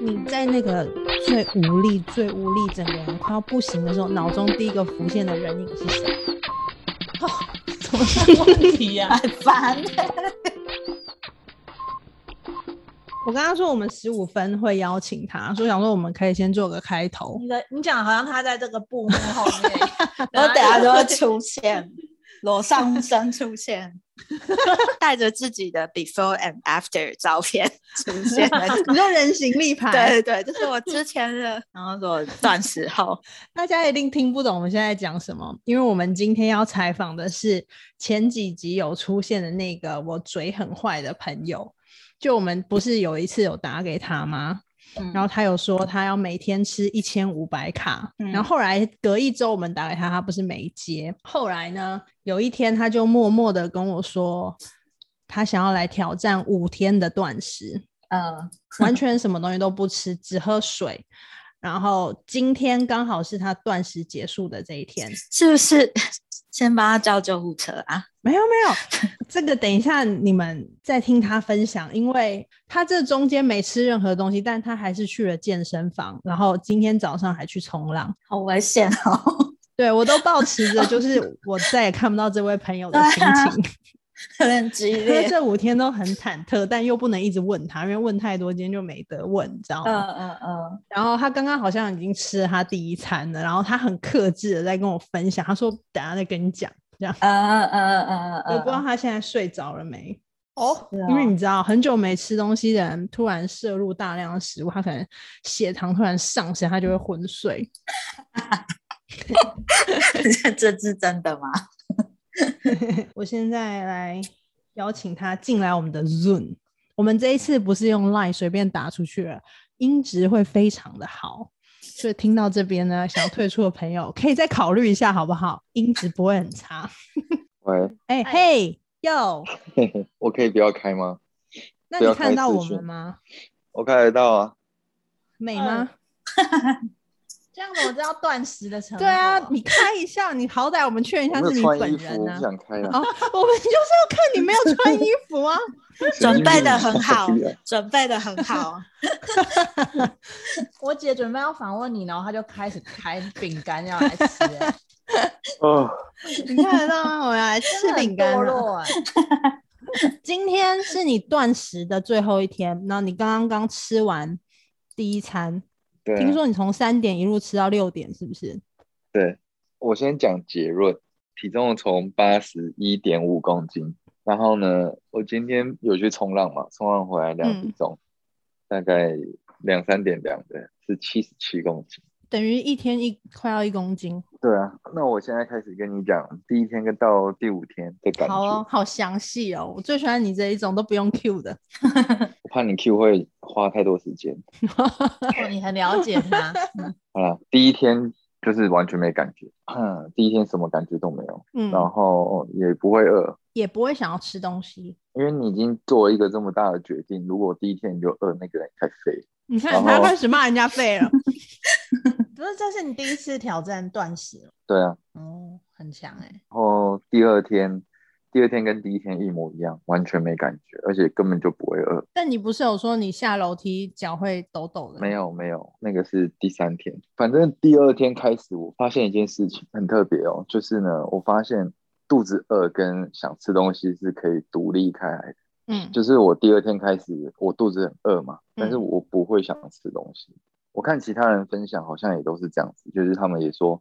你在那个最无力、最无力，整个人快要不行的时候，脑中第一个浮现的人影是谁？哦，什么是问题呀、很烦、 我跟他说，我们十五分会邀请他，所以想说我们可以先做个开头。你的你讲好像他在这个布幕后面， 我等下就会出现，裸上身出 现，带着自己的 before and after 照片出现 了。你说人形立牌，对对，这是我 之前的，然后我断食后，大家一定听不懂我们现在讲什么，因为我们今天要采访的是前几集有出现的那个我嘴很坏的朋友。就我们不是有一次有打给他吗？嗯然后他有说他要每天吃一千五百卡，嗯然后后来隔一周我们打给他，他不是没接。后来呢，有一天他就默默的跟我说，他想要来挑战五天的断食，嗯完全什么东西都不吃，只喝水。然后今天刚好是他断食结束的这一天，是不是先帮他叫救护车啊？没有没 有，这个等一下你们再听他分享，因为他这中间没吃任何东西，但他还是去了健身房，然后今天早上还去冲浪。好危险哦，对我都保持着，就是 我再也看不到这位朋友的心对啊情，有点激因为 烈。这五天都很忐忑，但又不能一直问他，因为问太多今天就没得问，你知道吗？嗯嗯嗯，然后他刚刚好像已经吃了他第一餐了，然后他很克制的在跟我分享，他说等下再跟你讲，这样。嗯嗯嗯嗯我不知道嗯，他现在睡着了没，哦，因为你知道，很久没吃东西的人突然摄入大量的食物，他可能血糖突然上升，他就会昏睡。 这 这是真的吗？我现在来邀请他进来我们的 Zoom。我们这一次不是用 Line 随便打出去了，音质会非常的好。所以听到这边呢，想要退出的朋友可以再考虑一下，好不好？音质不会很差。喂，哎、嘿哟，嘿嘿，我可以不要开吗？那不你要看得开到视我们讯吗？嗯我看得到啊，美吗？这样子我知道断食的成对啊，你开一下，你好歹我们确认一我下没是有你穿本衣服，人我啊不。想开哦了。，我们就是要看你没有穿衣服 啊。准备的很好神经病准备的很 好，我姐准备要访问你，然后她就开始开饼干要来吃、欸，哦，你看得到吗？我要来 吃真的很饼干啊堕了。落欸今天是你断食的最后一天，然后你刚刚刚吃完第一餐，对啊，听说你从三点一路吃到六点，是不是？对，我先讲结论，体重从八十一点五公斤，然后呢，我今天有去冲浪嘛，冲浪回来量嗯体重，大概两三点量的，是七十七公斤。等于一天一快要一公斤。对啊，那我现在开始跟你讲第一天跟到第五天的感觉，好哦，好详细哦，我最喜欢你这一种都不用 Q 的。我怕你 Q 会花太多时间。哦，你很了解她，好啦，嗯第一天就是完全没感觉，嗯第一天什么感觉都没有，嗯，然后也不会饿，也不会想要吃东西。因为你已经做一个这么大的决定，如果第一天你就饿，那个人太废。你看然他后开始骂人家废了，不是这是你第一次挑战断食对啊，哦，很强哎、然后第二天，第二天跟第一天一模一样，完全没感觉，而且根本就不会饿。但你不是有说你下楼梯脚会抖抖的？没，有没有，那个是第三天。反正第二天开始，我发现一件事情很特别哦，就是呢，我发现肚子饿跟想吃东西是可以独立开来的。嗯，就是我第二天开始，我肚子很饿嘛，但是嗯我不会想吃东西。我看其他人分享，好像也都是这样子，就是他们也说，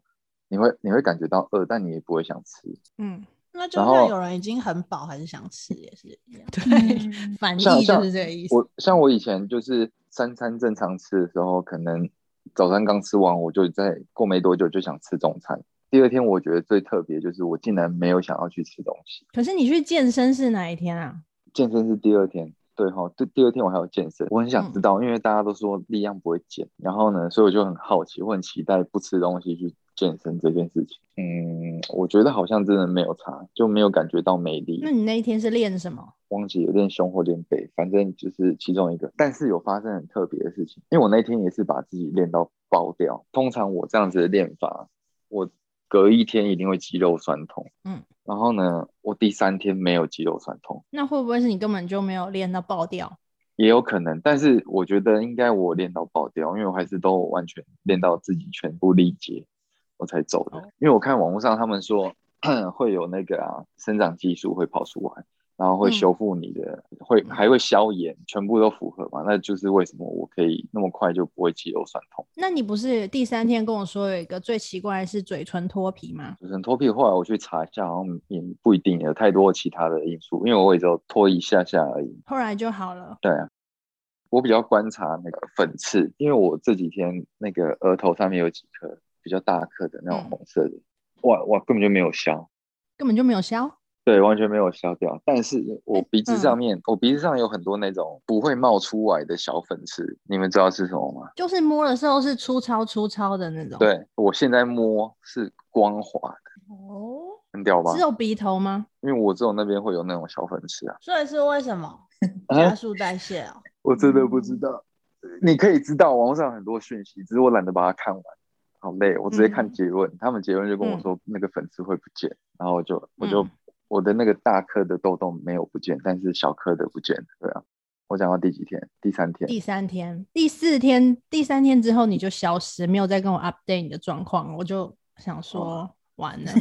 你会你会感觉到饿，但你也不会想吃。嗯，那就然后算有人已经很饱，还是想吃也是一样。对，嗯反像义就像是这个意思。我像我以前就是三餐正常吃的时候，可能早餐刚吃完，我就在过没多久就想吃中餐。第二天我觉得最特别就是我竟然没有想要去吃东西。可是你去健身是哪一天啊？健身是第二天，对哈，第第二天我还有健身，我很想嗯知道，因为大家都说力量不会减，然后呢，所以我就很好奇，我很期待不吃东西去健身这件事情。嗯，我觉得好像真的没有差，就没有感觉到美丽 那，你那一天是练什么？忘记有练胸或练背，反正就是其中一个。但是有发生很特别的事情，因为我那天也是把自己练到爆掉。通常我这样子的练法，我隔一天一定会肌肉酸痛，嗯，然后呢，我第三天没有肌肉酸痛。那会不会是你根本就没有练到爆掉？也有可能，但是我觉得应该我练到爆掉，因为我还是都完全练到自己全部力竭，我才走的。因为我看网络上他们说 会有那个啊生长激素会跑出来，然后会嗯修复你的，会还会消炎，全部都符合嘛。那就是为什么我可以那么快就不会肌肉酸痛。那你不是第三天跟我说有一个最奇怪的是嘴唇脱皮吗？嘴唇脱皮，后来我去查一下，好像也不一定有太多其他的因素，因为我也只有脱一下下而已。后来就好了。对啊，我比较观察那个粉刺，因为我这几天那个额头上面有几颗比较大颗的那种嗯红色的，哇哇根本就没有消，根本就没有消。对，完全没有消掉。但是我哎鼻子嗯上面，我鼻子上有很多那种不会冒出来的小粉刺，你们知道是什么吗？就是摸的时候是粗糙粗糙的那种，，对我现在摸是光滑的，哦，很屌吧只？有鼻头吗？因为我只有那边会有那种小粉刺啊。所以是为什么啊加速代谢哦？我真的不知嗯道。呃你可以知道网络上很多讯息，只是我懒得把它看完，好累。我直接嗯看结论，他们结论就跟我说那个粉刺会不见，然后我就我就、嗯我的那个大颗的痘痘没有不见，但是小颗的不见了，对啊。我讲到第几天？第三天。第三天、第四天、第三天之后你就消失，没有再跟我 update 你的状况，我就想说完了。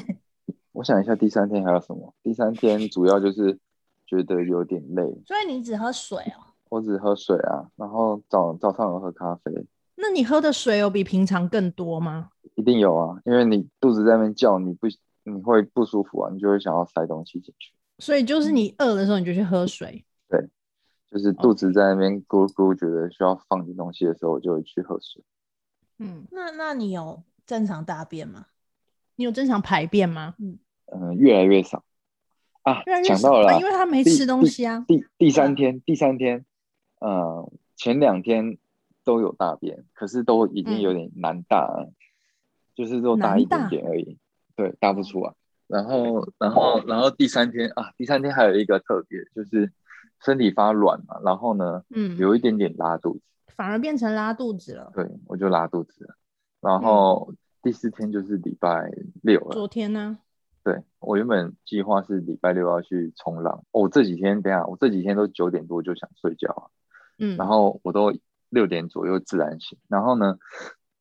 我想一下，第三天还有什么？第三天主要就是觉得有点累，所以你只喝水哦？我只喝水啊，然后早早上有喝咖啡，那你喝的水有比平常更多吗？一定有啊，因为你肚子在那边叫，你不你会不舒服啊，你就会想要塞东西进去。所以就是你饿的时候你就去喝水，哦就是肚子在那边咕咕，觉得需要放点东西的时候，我就会去喝水。嗯，那那你有正常大便吗？ 你有正常排便吗？嗯，越来越少啊越来，越讲少到了啊啦，因为他没第吃东西啊。第第第三天，第三天，呃，前两天都有大便，可是都已经有点难大了，就是都嗯大难一点大哦点而已，对，大不出来。啊然后，然后，然后第三天啊，第三天还有一个特别，就是身体发软嘛，然后呢，嗯，有一点点拉肚子。反而变成拉肚子了。对，我就拉肚子了。然后第四天就是礼拜六了。昨天呢？对我原本计划是礼拜六要去冲浪。哦我这几天等一下，我这几天都九点多就想睡觉啊，嗯，然后我都六点左右自然醒。然后呢，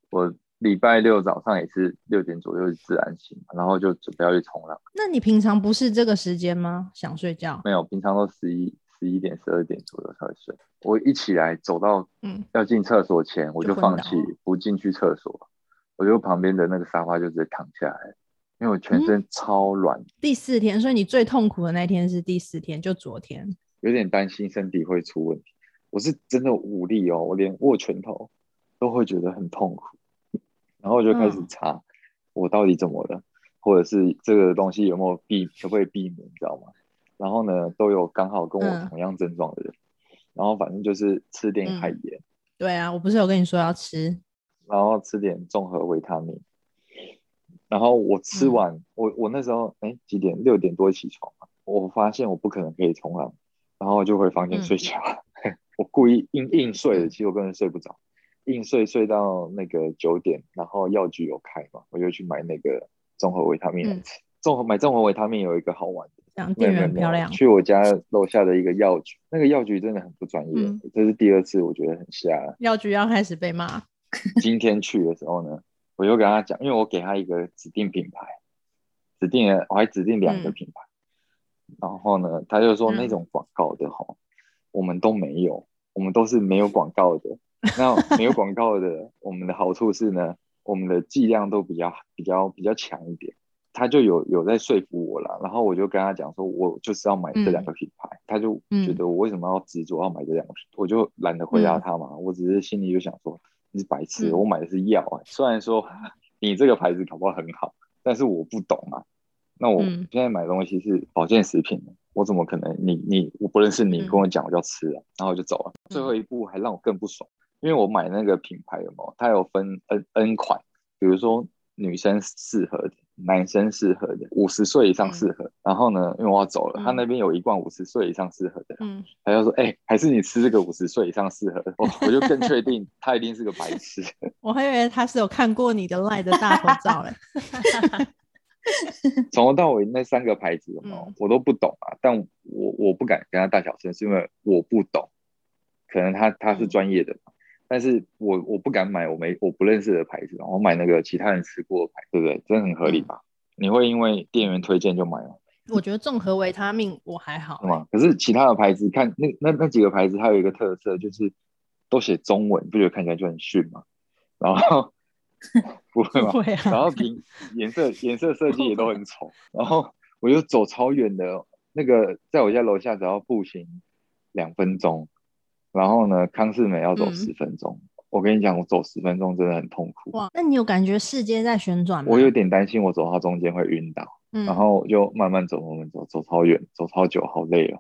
我礼拜六早上也是六点左右自然醒，然后就准备要去冲浪。那你平常不是这个时间吗？想睡觉？没有，平常都十一十一点、十二点左右才会睡。我一起来走到嗯，要进厕所前，我就就昏放倒弃了不进去厕所，我就旁边的那个沙发就直接躺下来，因为我嗯全身超软，第四天，所以你最痛苦的那天是第四天，就昨天。有点担心身体会出问题。我是真的无力哦，我连握拳头都会觉得很痛苦，然后我就开始嗯查我到底怎么了，或者是这个东西有没有避，可不可以避免，你知道吗？然后呢，都有刚好跟嗯我同样症状的人，然后反正就是吃点海嗯盐，对啊，我不是有跟你说要吃，然后吃点综合维他命。然后我嗯吃完，我我那时候哎几点？六点多起床嘛。我发现我不可能可以冲浪，然后我就回房间嗯睡觉。 我故意硬硬睡的，其实我根本睡不着，硬睡睡到那个九点，然后药局有开嘛，我就去买那个综合维他命来嗯吃。综合买综合维他命有一个好玩的，这样没有店没员有很没漂有，亮。去我家楼下的一个药局，那个药局真的很不专业，嗯这是第二次我觉得很瞎。药局要开始被骂，今天去的时候呢，我就跟他讲，因为我给他一个指定品牌，指定了我还指定两个嗯品牌，然后呢，他就说嗯那种广告的哈，我们都没有，我们都是没有广告的。那没有广告的，我们的好处是呢，我们的剂量都比较比较比较强一点。他就有有在说服我了，然后我就跟他讲说，我就是要买这两个品牌，他就觉得我为什么要执着要买这两个品牌，我就懒得回答他嘛，我只是心里就想说，你是白嗯痴，我买的是药、欸，虽然说你这个牌子搞不好很好，但是我不懂啊。那我嗯现在买东西是保健食品，我怎么可能？你你我不认识你，嗯跟我讲我就要吃了，然后我就走了。最后一步还让我更不爽，因为我买那个品牌有没有？它有分 N N 款，比如说女生适合的，男生适合的，五十岁以上适合。然后呢，因为我要走了，他嗯那边有一罐五十岁以上适合的，嗯，他就说：“哎、还是你吃这个五十岁以上适合。”我我就更确定他一定是个白痴。我还以为他是有看过你的赖的大合照嘞。从头到尾那三个牌子有没有嗯我都不懂啊，但我我不敢跟他大小声，是因为我不懂。可能他他是专业的，但是我我不敢买我没我不认识的牌子，我买那个其他人吃过的牌子，对不对？这很合理吧？你会因为店员推荐就买吗？我觉得综合维他命我还好、是吗？可是其他的牌子看那那那几个牌子，它有一个特色就是都写中文，不觉得看起来就很逊吗？然 后不会吗？不会然啊，后平颜色颜色设计也都 很丑，然后我就走超远的，那个在我家楼下只要步行两分钟，然后呢康世美要走嗯十分钟，我跟你讲，我走十分钟真的很痛苦，哇，那你有感觉世界在旋转吗？我有点担心我走到中间会晕倒，嗯，然后我就慢慢走，慢慢走，走超远，走超久，好累哦。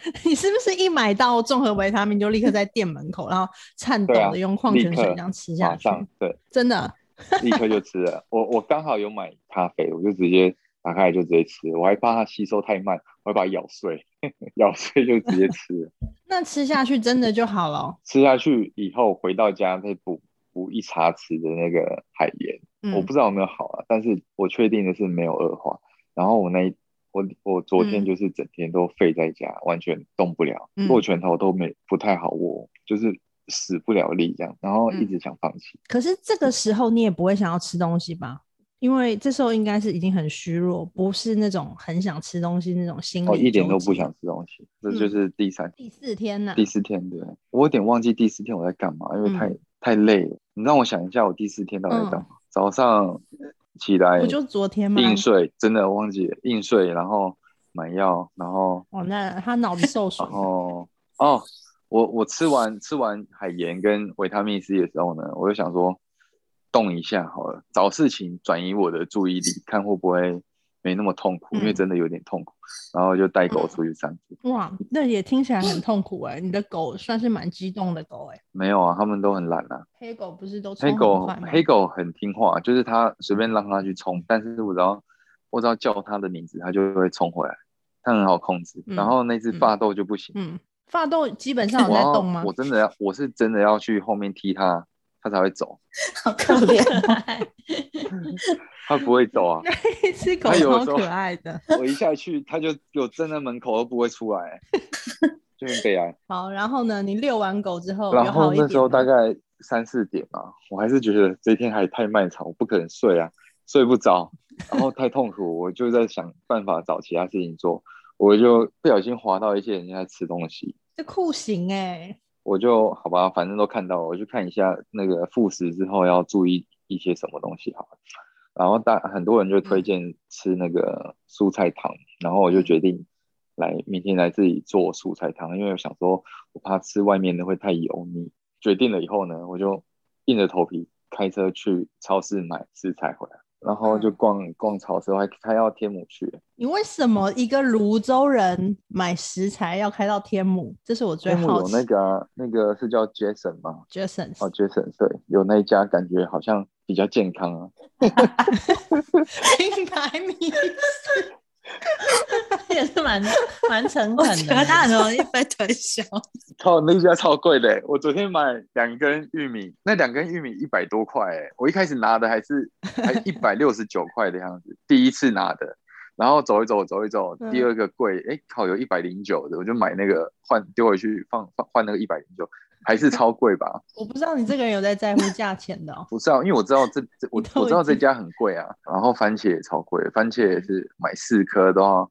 你是不是一买到综合维他命就立刻在店门口，然后颤抖对啊的用矿泉立水刻这样吃下马去？上对，真的，立刻就吃了。我我刚好有买咖啡，我就直接打开来就直接吃，我还怕它吸收太慢，我会把它咬碎， 咬碎就直接吃了。那吃下去真的就好了哦。吃下去以后回到家再补补一茶匙的那个海盐，嗯，我不知道有没有好啊，但是我确定的是没有恶化。然后我那一我我昨嗯天就是整天都废在家，完全动不了，嗯握拳头都没不太好握，就是使不了力这样，然嗯后一直想放弃。可是这个时候你也不会想要吃东西吧？因为这时候应该是已经很虚弱，不是那种很想吃东西那种心理。我、哦一点都不想。吃东西，这嗯就是第三、第四天呢、 第四天对，我有点忘记第四天我在干嘛，因为嗯太、太累了。你让我想一下，我第四天到底在干嘛？早上起来不嗯就昨天吗？硬睡，真的忘记了硬睡，然后买药，然后哦，那他脑子受损然。后 哦，我我吃完吃完海盐跟维他命 C 的时候呢，我就想说动一下好了，找事情转移我的注意力，看会不会没那么痛苦，因为嗯真的有点痛苦，然后就带狗出去散步。哇，那也听起来很痛苦哎、你的狗算是蛮激动的狗哎、没有啊，他们都很懒啊。黑狗不是都冲黑很狗快吗黑狗很听话，就是它随便让它去冲，但是我只要我只要叫它的名字，它就会冲回来，它很好控制。嗯然后那只嗯发豆就不行，嗯，发豆基本上有我在要动吗我？真的要，我是真的要去后面踢它，它才会走，好可怜。哦它不会走 啊。那只狗它有的超时候可爱的。我一下去，它就有站在门口都不会 出来，就很悲哀。好，然后呢，你遛完狗之后有然哦好后一点吗，那时候大概三四点嘛，我还是觉得这一天还太漫长，我不可能睡啊，睡不着，然后太痛苦，我就在想办法找其他事情做。我就不小心滑到一些人家在吃东西，这酷刑哎、我就好吧，反正都看到了，我去看一下那个副食之后要注意一些什么东西好了。然后大很多人就嗯推荐吃那个蔬菜汤，然后我就决定来明天来自己做蔬菜汤，因为我想说我怕吃外面的会太油腻。决定了以后呢，我就硬着头皮开车去超市买食材回来，然后嗯就逛逛超市，我还开到天母去，你为什么一个泸州人买食材要开到天母？这是我最天母好有奇。那个啊、那个是叫 Jason 吗？ Jason，、哦，Jason 对，有那一家感觉好像比较健康啊。品牌迷，也是蛮蛮诚 我恳觉得他的。很容易被推销，靠，那一家超贵的欸，我昨天买两根玉米，那两根玉米一百多块哎，我一开始拿的还是还一百六十九块的样子，第一次拿的。然后走一走，走一走，嗯第二个柜，哎、靠，有一百零九的，我就买那个换丢回去放放换那个一百零九，还是超贵吧？ 我不知道你这个人有在在乎价钱的、哦。不是啊，因为我知道这这我你都已经我知道这家很贵啊，然后番茄也超贵，番茄也是买四颗都要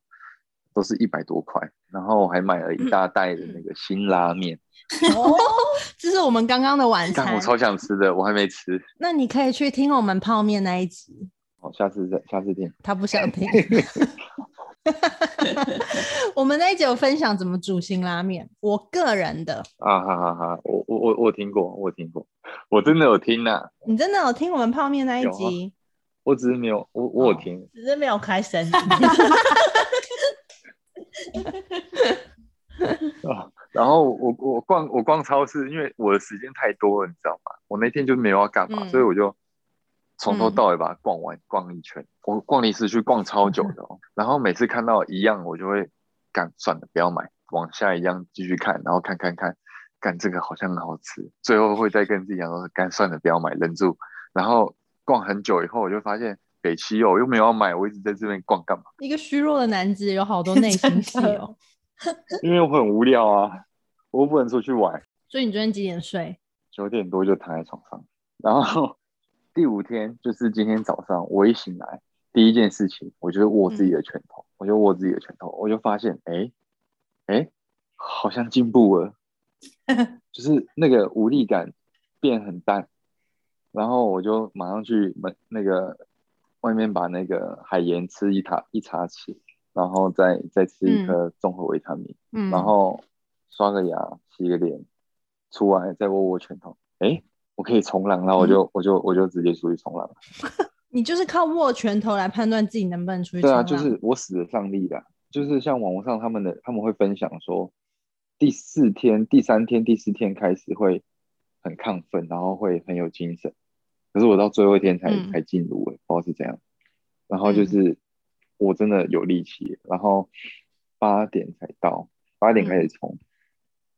都是一百多块，然后我还买了一大袋的嗯那个辛拉面，哦，这是我们刚刚的晚但嗯餐我。超想吃的，我还没吃，那你可以去听我们泡面那一集，好，下次再下次订。他不想 听。我们那一集有分享怎么煮辛拉面，我个人的，啊哈哈哈，我我我我听过，我听过，我真的有听呐、你真的有听我们泡面那一有啊集？我只是没有，我我有哦听，只是没有开声 音，啊然后我我逛我逛超市，因为我的时间太多了，你知道吗？我那天就没有要干嘛，嗯所以我就从头到尾把它逛完，逛一圈。我逛零食区逛超久的、哦，然后每次看到一样，我就会干算了，不要买，往下一样继续看，然后看看看，干这个好像很好吃，最后会再跟自己讲说，干算了，不要买，忍住。然后逛很久以后，我就发现北七哦，我又没有要买，我一直在这边逛干嘛？ 一个虚弱的男子有好多内心戏哦。因为我很无聊啊，我又不能出去玩，所以你昨天几点睡？九点多就躺在床上，然后 第五天就是今天早上，我一醒来，第一件事情我就是握自己的拳头，我就握自己的拳头，我就发现，哎，哎，好像进步了，就是那个无力感变很淡，然后我就马上去门那个外面把那个海盐吃一茶一茶匙，然后再再吃一颗综合维他命，嗯，然后刷个牙，洗个脸，出来再握握拳头，哎，我可以冲浪，然后我就、我就我就直接出去冲浪了。你就是靠握拳头来判断自己能不能出去对啊，冲浪就是我使得上力的啊，就是像网络上他们的他们会分享说，第四天、第三天、第四天开始会很亢奋，然后会很有精神，可是我到最后一天才、嗯才进入、欸，不知道是怎样。然后就是我真的有力气，然后八点才到，八点开始冲，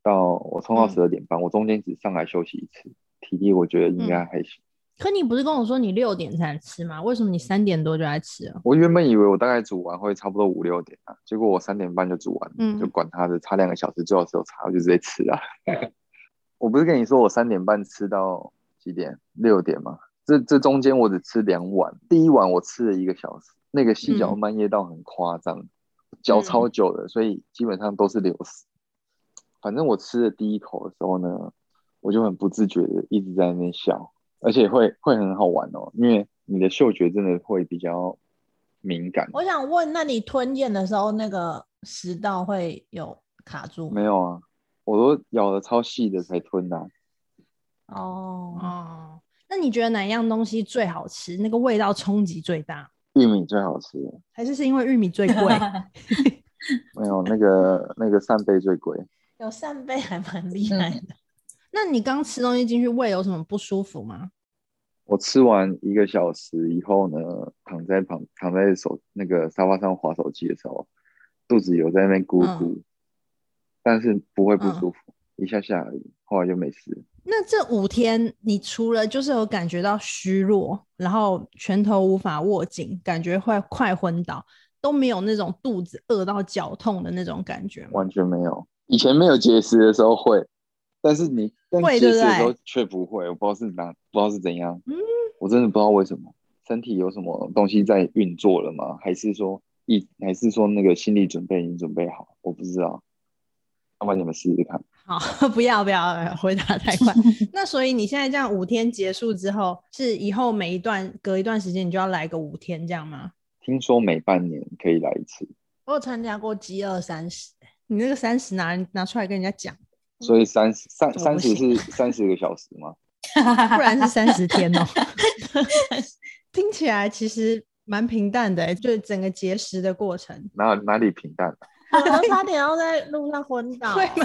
到我冲嗯到嗯十二点半，我中间只上来休息一次，体力我觉得应该还行。可你不是跟我说你六点才吃吗？为什么你三点多就来吃啊了？我原本以为我大概煮完会差不多五六点啊，结果我三点半就煮完了，嗯就管他的，差两个小时最好是有差，我就直接吃啊。 我不是跟你说我三点半吃到几点？六点吗？这这中间我只吃两碗，第一碗我吃了一个小时，那个细嚼嗯慢咽到很夸张，嚼超久的，所以基本上都是流食。反正我吃了第一口的时候呢，我就很不自觉的一直在那边笑，而且会会很好玩哦，因为你的嗅觉真的会比较敏感。我想问，那你吞咽的时候，那个食道会有卡住没吗？有啊，我都咬的超细的才吞呐、啊嗯哦，哦，那你觉得哪一样东西最好吃？那个味道冲击最大，玉米最好吃，还是是因为玉米最 贵？没有那个那个扇贝最贵。有扇贝还蛮厉嗯害的。那你刚吃东西进去，胃有什么不舒服吗？我吃完一个小时以后呢，躺在旁躺在手那个沙发上划手机的时候，肚子有在那边咕咕，但是不会不舒服，一下下而已，后来就没事。那这五天，你除了就是有感觉到虚弱，然后拳头无法握紧，感觉会快昏倒，都没有那种肚子饿到绞痛的那种感觉吗？完全没有。以前没有节食的时候会，但是你但会节对不食的时候对却不会，我不知道是哪，不知道是怎样。嗯我真的不知道为什么，身体有什么东西在运作了吗？还是说一还是说那个心理准备已经准备好？我不知道，要不然你们试试看。好， 不要不要，呃回答太 快。那所以你现在这样五天结束之后，是以后每一段隔一段时间你就要来个五天这样吗？听说每半年可以来一次，我有参加过饥饿三十，欸你那个三十拿拿出来跟人家 讲，所以三十三嗯不三十行是三十个小时吗？不然是三十天 哦。听起来其实蛮平淡的欸、就是整个节食的过程，哪哪里平淡、啊？ 我差点要在路上昏倒。会吗？因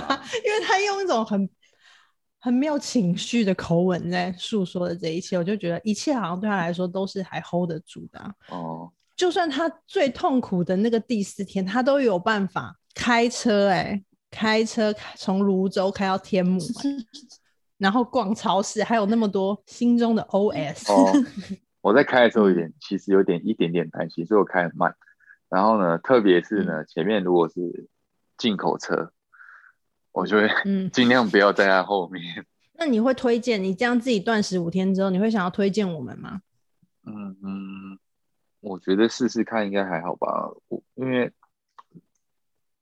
为他用一种很很没有情绪的口吻在诉说的这一切，我就觉得一切好像对他来说都是还 hold 得住的啊、哦，就算他最痛苦的那个第四天，他都有办法开车、欸，开车开从泸州开到天母、欸然后逛超市，还有那么多心中的 OS，、哦，我在开的时候有点，其实有点一点点担心，所以我开很慢。然后呢，特别是呢，前面如果是进口车，我就会 嗯，尽量不要在它后面。那你会推荐你这样自己断食五天之后，你会想要推荐我们吗？嗯嗯，我觉得试试看应该还好吧。我因为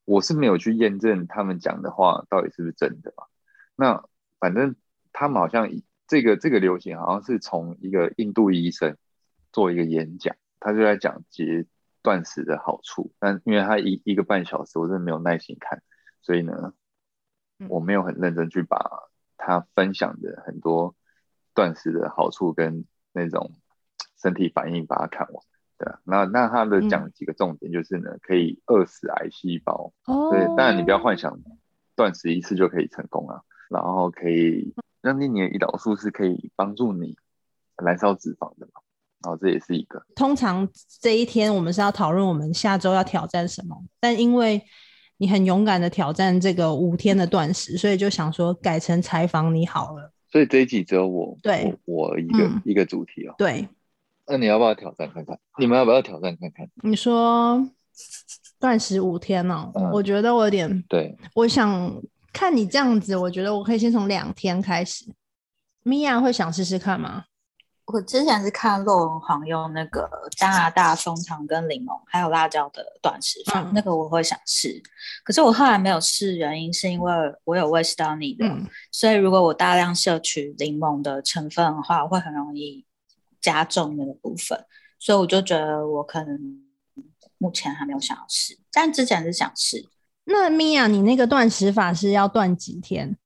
我是没有去验证他们讲的话到底是不是真的嘛。那反正他们好像以这个这个流行好像是从一个印度医生做一个演讲，他就在讲节断食的好处。但因为他一一个半小时，我真的没有耐心看，所以呢嗯，我没有很认真去把他分享的很多断食的好处跟那种身体反应把它看完。对啊，那那他嗯的讲几个重点就是呢，可以饿死癌细胞，哦对，当然你不要幻想断食一次就可以成功啊，然后可以让你的胰岛素是可以帮助你燃烧脂肪的嘛，然后这也是一个，通常这一天我们是要讨论我们下周要挑战什么，但因为你很勇敢的挑战这个五天的断食，所以就想说改成采访你好了。所以这一集只有我对我我一个、嗯一个主题哦，对，那你要不要挑战看看？你们要不要挑战看看？你说断食五天哦，嗯我觉得我有点，对，我想看你这样子，我觉得我可以先从两天开始。米娅会想试试看吗？我之前是看骆文黄用那个加拿大蜂糖跟柠檬还有辣椒的短食法，嗯那个我会想试。可是我后来没有试，原因是因为我有胃食道逆流，嗯所以如果我大量摄取柠檬的成分的话，会很容易加重那个部分。所以我就觉得我可能目前还没有想要试，但之前是想试。那米娅，你那个断食法是要断几天？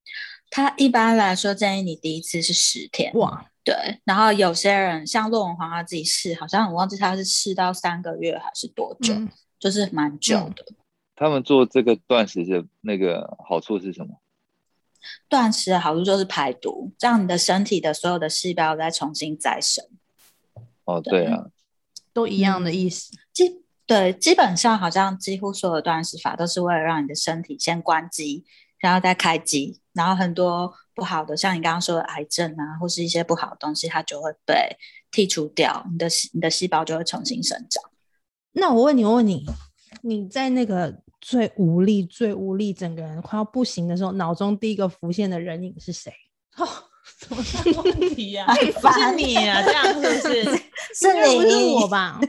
它一般来说建议你第一次是十天，哇，对，然后有些人像骆文黄他自己试，好像我忘记他是试到三个月还是多久，嗯，就是蛮久嗯的。他们做这个断食的那个好处是什么？断食的好处就是排毒，让你的身体的所有的细胞再重新再生。哦，对啊，都一样的意思。基对，基本上好像几乎所有的断食法都是为了让你的身体先关机，然后再开机，然后很多不好的，像你刚刚说的癌症啊，或是一些不好的东西，它就会被剔除掉，你的细你的细胞就会重新生长。那我问你，我问你，你在那个最无力、最无力，整个人快要不行的时候，脑中第一个浮现的人影是谁？哦，什么大问题呀、烦是你啊，这样是不 是？是应该不是你我吧？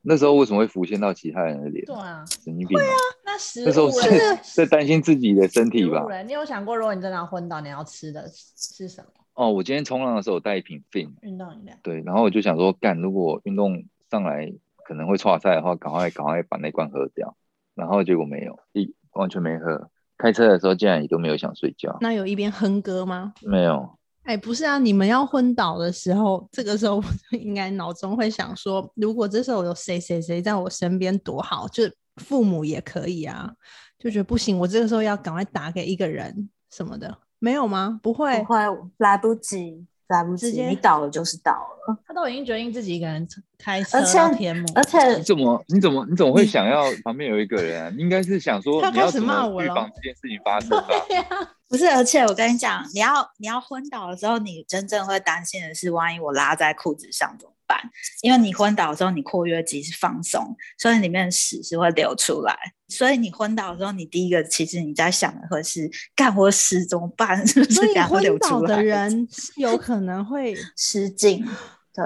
那时候为什么会浮现到其他人的脸？对啊，神经病啊！那食那时候物是人，在担心自己的身食体吧物？人，你有想过，如果你真的要昏倒，你要吃的是什么？哦，我今天冲浪的时候我带一瓶 Fin，运动饮料。对，然后我就想说，干，如果运动上来可能会错赛的话，赶快赶快把那罐喝掉。然后结果没有，一完全没喝。开车的时候竟然也都没有想睡觉，那有一边哼歌吗？没有。哎、不是啊，你们要昏倒的时候，这个时候我就应该脑中会想说，如果这时候有谁谁谁在我身边多好，就是父母也可以啊，就觉得不行，我这个时候要赶快打给一个人什么的，没有吗？不会不，会，来不及，来不直及，接你倒了就是倒了。他都已经决定自己一个人开车而且到天母，而且你怎么你怎么你怎么会想要旁边有一个 人啊？你应该是想说他你要开始怎骂么我预了防这件事情发生吧？ 不是，而且我跟你讲，你要你要昏倒的时候，你真正会担心的是，万一我拉在裤子上怎么办？因为你昏倒的时候，你括约肌是放松，所以里面的屎是会流出来。所以你昏倒的时候，你第一个其实你在想的会是，干我屎怎么办？是不是所以等下会流昏出倒来的人 是有可能会失禁？对。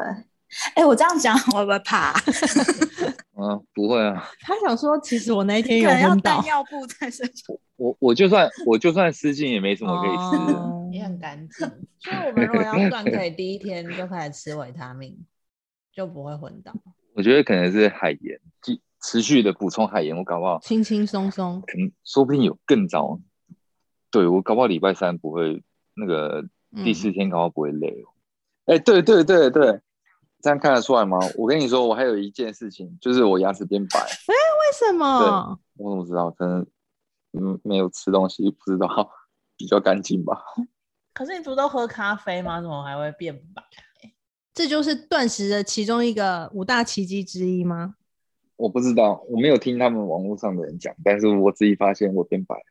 哎，我这样讲我会不会怕？嗯，不会啊，他想说，其实我那一天有可能要昏带倒，尿布在身上。我我就算我就算失禁也没什么可以吃的。哦也很干净。 所以我们如果要断，可以第一天就开始吃维他命，就不会昏倒。我觉得可能是海盐，继持续的补充海盐，我搞不好轻轻松松。可能说不定有更早。对我搞不好礼拜三不会那个嗯第四天搞不好不会累哦。哎、对对对对，这样看得出来吗？我跟你说，我还有一件事情，就是我牙齿变白，为什么？我怎么知道？真的，嗯，没有吃东西，不知道，比较干净吧？可是你不都喝咖啡吗？怎么还会变白？这就是断食的其中一个五大奇迹之一吗？我不知道，我没有听他们网络上的人讲，但是我自己发现我变白了。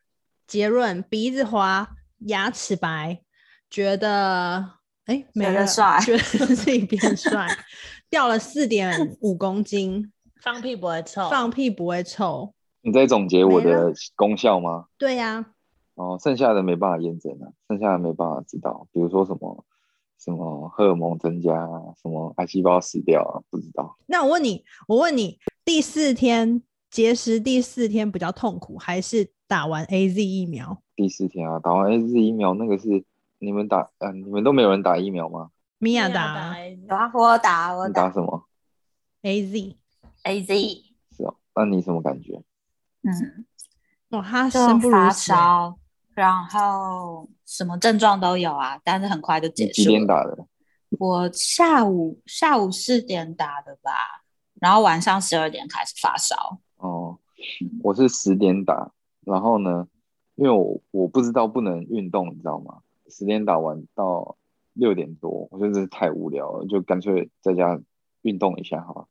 结论：鼻子滑，牙齿白，觉得哎没觉得了帅觉得自己 变帅，掉了四点五公斤，放屁不啊会哦臭，放屁不会臭。你在总结我没的了功效吗？对呀、哦，剩下的没办法验证啊，剩下的没办法知道，比如说什么什么荷尔蒙增加啊，什么癌细胞死掉啊，不知道。那我问你，我问你，第四天节食第四天比较痛苦，还是打完 A Z 疫苗？第四天啊，打完 A Z 疫苗那个是你们打，呃，你们都没有人打疫苗吗？米娅亚打 有啊，我有打我有你打打什么？ A Z， A Z，是哦，那你什么感觉？嗯，哇，他就生不如发死欸。烧，然后什么症状都有啊，但是很快就你结几束点了。打的？我下午下午四点打的吧，然后晚上十二点开始发烧。哦，嗯我是十点打，然后呢，因为我我不知道不能运动，你知道吗？十点打完到六点多，我真的是太无聊了，就干脆在家运动一下好了。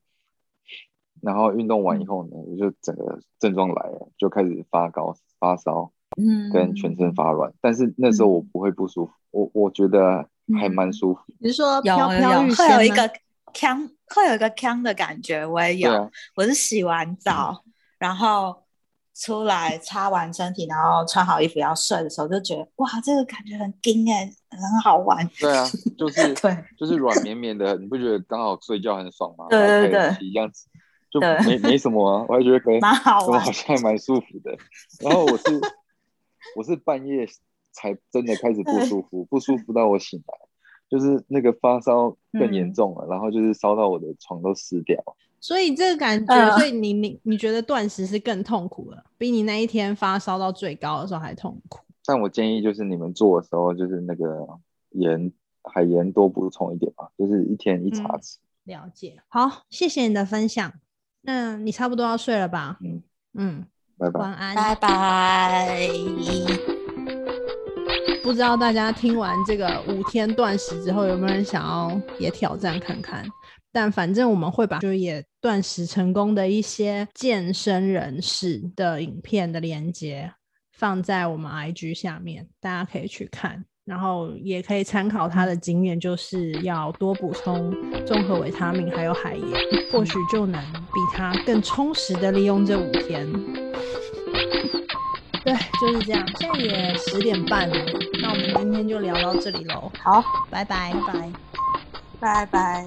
然后运动嗯完以后呢，我就整个症状来了，就开始发高发烧嗯，跟全身发软，但是那时候我嗯不会不舒服，我我觉得还蛮舒服。你是说有飘有飘欲有，仙会有一吗个呛，会有一个呛的感觉，我也对有。啊，我是洗完澡，然后出来擦完身体，然后穿好衣服要睡的时候，就觉得哇，这个感觉很惊哎、很好玩。对啊，就是对，就是软绵绵的，你不觉得刚好睡觉很爽吗？ 对对对然后可以一样子就对没没什么啊，我还觉得可以，蛮好我玩好像还蛮舒服的。然后我是我是半夜才真的开始不舒服，不舒服到我醒来，就是那个发烧更嗯严重了，然后就是烧到我的床都湿掉。所以这个感觉，嗯所以你你你觉得断食是更痛苦了，比你那一天发烧到最高的时候还痛苦。但我建议就是你们做的时候，就是那个盐海盐多补充一点吧，就是一天一茶嗯匙。了解，好，谢谢你的分享。那你差不多要睡了吧？嗯嗯，拜拜。晚安。拜拜。不知道大家听完这个五天断食之后，有没有人想要也挑战看看？但反正我们会把就是也断食成功的一些健身人士的影片的连接放在我们 IG 下面，大家可以去看，然后也可以参考他的经验，就是要多补充综合维他命还有海盐，或许就能比他更充实的利用这五天。对，就是这样。现在也十点半了，那我们今天就聊到这里喽，好，拜拜。拜拜。拜拜。